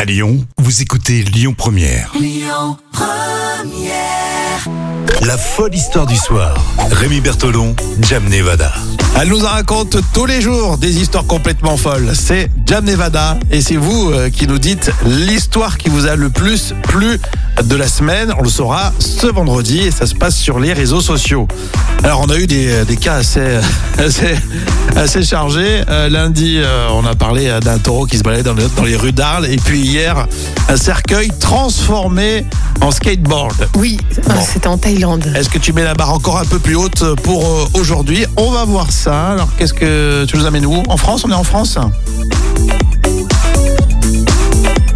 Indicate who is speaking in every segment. Speaker 1: À Lyon, vous écoutez Lyon Première. Lyon Première. La folle histoire du soir. Rémi Bertolon, Jam Nevada.
Speaker 2: Elle nous en raconte tous les jours des histoires complètement folles. C'est Jam Nevada et c'est vous euh, qui nous dites l'histoire qui vous a le plus plu de la semaine. On le saura ce vendredi et ça se passe sur les réseaux sociaux. Alors on a eu des, des cas assez, euh, assez, assez chargés. Euh, lundi, euh, on a parlé euh, d'un taureau qui se baladait dans, le- dans les rues d'Arles et puis hier, un cercueil transformé en skateboard.
Speaker 3: Oui, ah,
Speaker 2: Bon.
Speaker 3: c'était en Thaïlande.
Speaker 2: Est-ce que tu mets la barre encore un peu plus haute pour euh, aujourd'hui On va voir ça. Alors, qu'est-ce que tu nous amènes où En France On est en France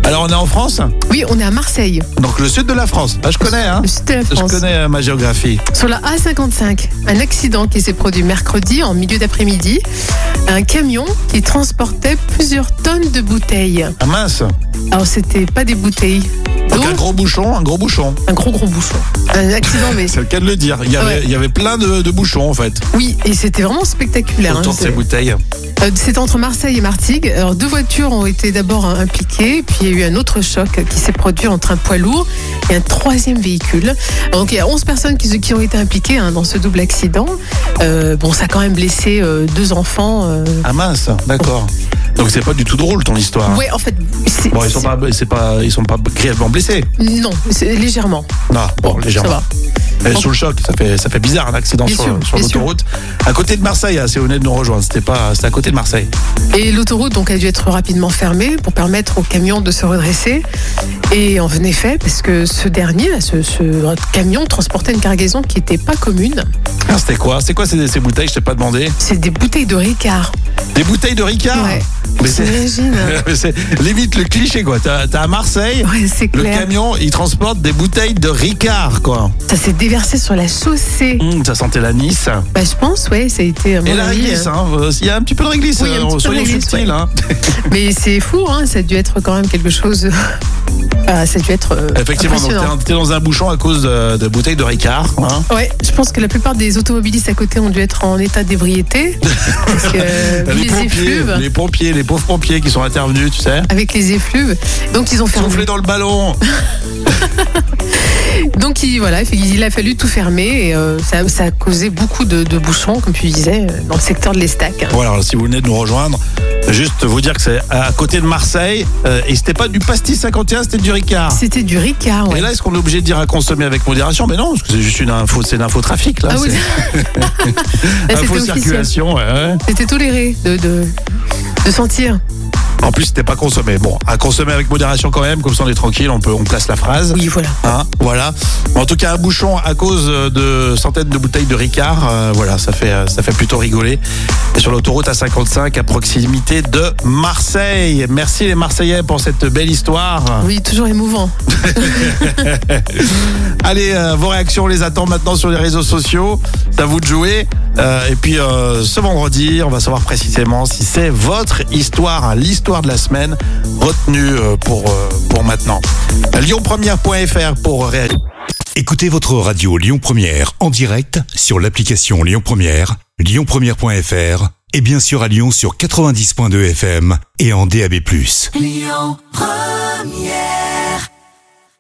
Speaker 2: Alors, on est en France
Speaker 3: Oui, on est à Marseille,
Speaker 2: Donc, le sud de la France. Ah, je connais, hein
Speaker 3: le sud de la
Speaker 2: Je
Speaker 3: France.
Speaker 2: connais euh, ma géographie.
Speaker 3: Sur la A55, un accident qui s'est produit mercredi en milieu d'après-midi. Un camion qui transportait plusieurs tonnes de bouteilles.
Speaker 2: Ah mince
Speaker 3: Alors, c'était pas des bouteilles d'eau,
Speaker 2: Donc, un gros bouchon, un gros bouchon.
Speaker 3: un gros gros bouchon. Un accident, mais
Speaker 2: C'est le cas de le dire. Il y avait,
Speaker 3: Ouais.
Speaker 2: il y avait plein de, de bouchons, en fait,
Speaker 3: oui, et c'était vraiment spectaculaire. hein.
Speaker 2: autour de ces
Speaker 3: C'est-
Speaker 2: bouteilles.
Speaker 3: Euh, C'est entre Marseille et Martigues. Alors, deux voitures ont été d'abord euh, impliquées, puis il y a eu un autre choc qui s'est produit entre un poids lourd et un troisième véhicule. Donc, il y a 11 personnes qui, qui ont été impliquées hein, dans ce double accident. Euh, bon, ça a quand même blessé euh, deux enfants. euh.
Speaker 2: Ah mince, d'accord. Donc, c'est pas du tout drôle, ton histoire.
Speaker 3: Ouais, en fait, c'est-
Speaker 2: Bon, ils sont
Speaker 3: c'est-
Speaker 2: pas, c'est pas, ils sont pas grièvement blessés.
Speaker 3: non, c'est légèrement.
Speaker 2: Non, bon,
Speaker 3: Bon,
Speaker 2: légèrement.
Speaker 3: ça va.
Speaker 2: Elle est sous le choc, ça fait, ça fait bizarre un accident
Speaker 3: Bien
Speaker 2: sur,
Speaker 3: sûr,
Speaker 2: sur
Speaker 3: bien sûr.
Speaker 2: l'autoroute. À côté de Marseille, hein, c'est honnête de nous rejoindre, c'était pas, c'était à côté de Marseille.
Speaker 3: Et l'autoroute donc a dû être rapidement fermée pour permettre au camion de se redresser. Et en effet, parce que ce dernier, ce, ce camion transportait une cargaison qui n'était pas commune.
Speaker 2: Ah, c'était quoi C'est quoi ces, ces bouteilles Je t'ai pas demandé.
Speaker 3: C'est des bouteilles de Ricard.
Speaker 2: Des bouteilles de Ricard
Speaker 3: Ouais.
Speaker 2: Ah. Mais c'est,
Speaker 3: J'imagine.
Speaker 2: mais c'est limite le cliché quoi. T'as, t'as à Marseille,
Speaker 3: Ouais, c'est
Speaker 2: le
Speaker 3: clair.
Speaker 2: camion, il transporte des bouteilles de Ricard quoi.
Speaker 3: Ça s'est déversé sur la chaussée.
Speaker 2: Hum, ça sentait la Nice.
Speaker 3: Bah, je pense, ouais, ça a été. à mon
Speaker 2: Et la
Speaker 3: avis,
Speaker 2: réglisse,
Speaker 3: euh,
Speaker 2: hein. Il y a un petit peu de réglisse,
Speaker 3: Oui, il y a un
Speaker 2: euh,
Speaker 3: petit peu de
Speaker 2: soyons
Speaker 3: réglisse,
Speaker 2: subtils. hein.
Speaker 3: Mais c'est fou, hein, ça a dû être quand même quelque chose. Ah, ça a dû être. euh,
Speaker 2: Effectivement, donc
Speaker 3: impressionnant.
Speaker 2: t'es, t'es dans un bouchon à cause de, de bouteilles de Ricard. hein.
Speaker 3: Ouais, je pense que la plupart des automobilistes à côté ont dû être en état d'ébriété. parce que, euh, vu
Speaker 2: les
Speaker 3: les
Speaker 2: pompiers,
Speaker 3: effluves.
Speaker 2: les pompiers, les pauvres pompiers qui sont intervenus, tu sais.
Speaker 3: Avec les effluves. Donc, ils ont fermé.
Speaker 2: Souffler dans le ballon.
Speaker 3: Donc, il, voilà, il a fallu tout fermer. Et euh, ça, ça a causé beaucoup de, de bouchons, comme tu disais, euh, dans le secteur de l'Estac. hein.
Speaker 2: Bon alors si vous venez de nous rejoindre, juste vous dire que c'est à côté de Marseille euh, et c'était pas du pastis 51, c'était du Ricard.
Speaker 3: C'était du Ricard, ouais.
Speaker 2: Et là, est-ce qu'on est obligé de dire à consommer avec modération Mais non, parce que c'est juste une info, c'est l'infotrafic là.
Speaker 3: Ah oui.
Speaker 2: c'est
Speaker 3: Là, c'était
Speaker 2: info
Speaker 3: officiel.
Speaker 2: circulation. ouais, ouais.
Speaker 3: C'était toléré de, de, de sentir.
Speaker 2: En plus, c'était pas consommé. Bon, à consommer avec modération quand même, comme ça on est tranquille, on peut, on place la phrase.
Speaker 3: Oui, voilà.
Speaker 2: Hein, voilà. En tout cas, un bouchon à cause de centaines de bouteilles de Ricard. euh, voilà, ça fait, euh, ça fait plutôt rigoler. Et sur l'autoroute A55, à proximité de Marseille. Merci les Marseillais pour cette belle histoire.
Speaker 3: Oui, toujours émouvant.
Speaker 2: Allez, euh, vos réactions, on les attend maintenant sur les réseaux sociaux. C'est à vous de jouer. Euh, et puis, euh, ce vendredi, on va savoir précisément si c'est votre histoire, hein, l'histoire de la semaine, retenue euh, pour, euh, pour maintenant. Lyonpremière.fr pour réagir.
Speaker 1: Écoutez votre radio Lyon Première en direct sur l'application Lyon Première, lyonpremière.fr et bien sûr à Lyon sur 90.2 FM et en DAB+.